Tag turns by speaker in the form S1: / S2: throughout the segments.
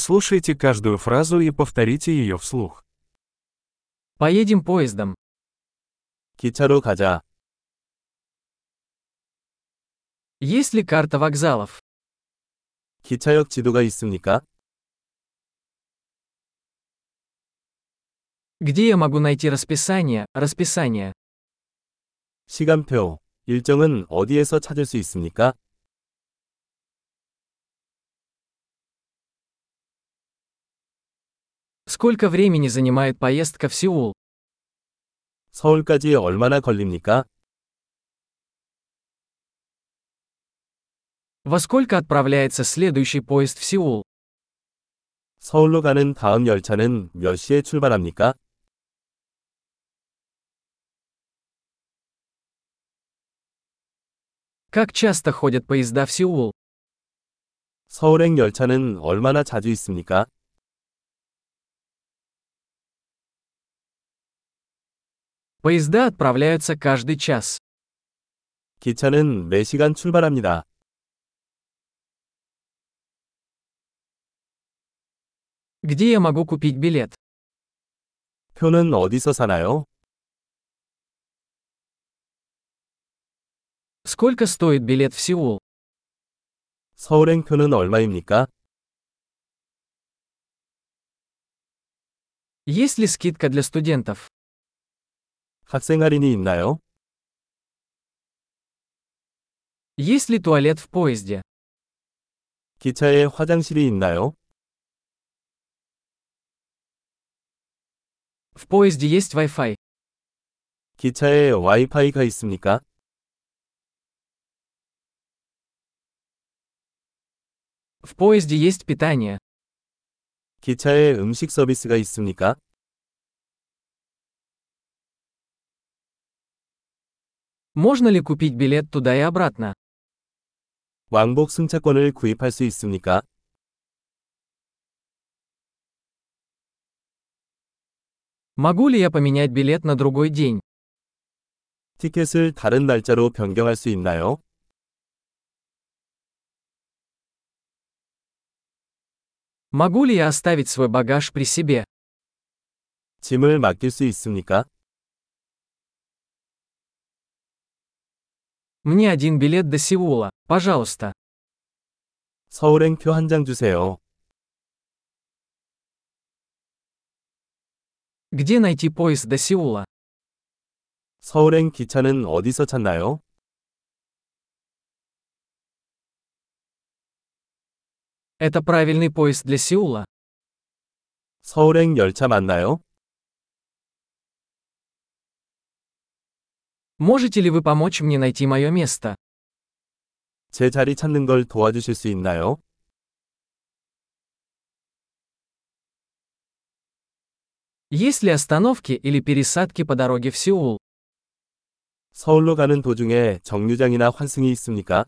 S1: Прослушайте каждую фразу и повторите ее вслух.
S2: Поедем поездом.
S3: 기차로 가자.
S2: Есть ли карта вокзалов?
S3: 기차역 지도가 있습니까?
S2: Где я могу найти расписание? Расписание.
S3: 시간표, 일정은 어디에서 찾을 수 있습니까?
S2: Сколько времени занимает поездка в Сеул?
S3: 서울까지 얼마나 걸립니까?
S2: Во сколько отправляется следующий поезд в Сеул?
S3: 서울로 가는 다음 열차는 몇 시에 출발합니까?
S2: Как часто ходят поезда в Сеул?
S3: 서울행 열차는 얼마나 자주 있습니까?
S2: Поезда отправляются каждый час.
S3: 기차는 매시간 출발합니다.
S2: Где я могу купить билет?
S3: 표는 어디서 사나요?
S2: Сколько стоит билет в Сеул?
S3: 서울행 표는 얼마입니까?
S2: Есть ли скидка для студентов?
S3: 학생 할인이 있나요?
S2: Есть ли туалет в поезде?
S3: 기차에 화장실이 있나요?
S2: В поезде есть Wi-Fi.
S3: 기차에 와이파이가 있습니까?
S2: В поезде есть питание.
S3: 기차에 음식 서비스가 있습니까?
S2: Можно ли купить билет туда и обратно?
S3: 왕복 승차권을 구입할 수 있습니까?
S2: Могу ли я поменять билет на другой день?
S3: 티켓을 다른 날짜로 변경할 수 있나요?
S2: Могу ли я оставить свой багаж при себе?
S3: 짐을 맡길 수 있습니까?
S2: Мне один билет до Сеула, пожалуйста.
S3: 서울행 표 한 장 주세요.
S2: Где найти поезд до Сеула?
S3: 서울행 기차는 어디서 찾나요?
S2: Это правильный поезд для Сеула.
S3: 서울행 열차 맞나요?
S2: Можете ли вы помочь мне найти мое место?
S3: 제 자리 찾는 걸 도와주실 수 있나요?
S2: Есть ли остановки или пересадки по дороге в Сеул?
S3: 서울로 가는 도중에 정류장이나 환승이 있습니까?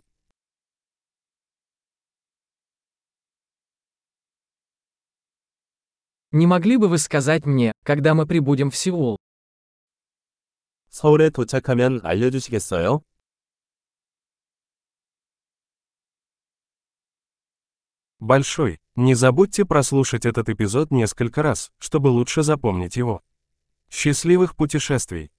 S2: Не могли бы вы сказать мне, когда мы прибудем в Сеул?
S3: 서울에 도착하면 알려주시겠어요?
S1: Большой. Не забудьте прослушать этот эпизод несколько раз, чтобы лучше запомнить его. Счастливых путешествий!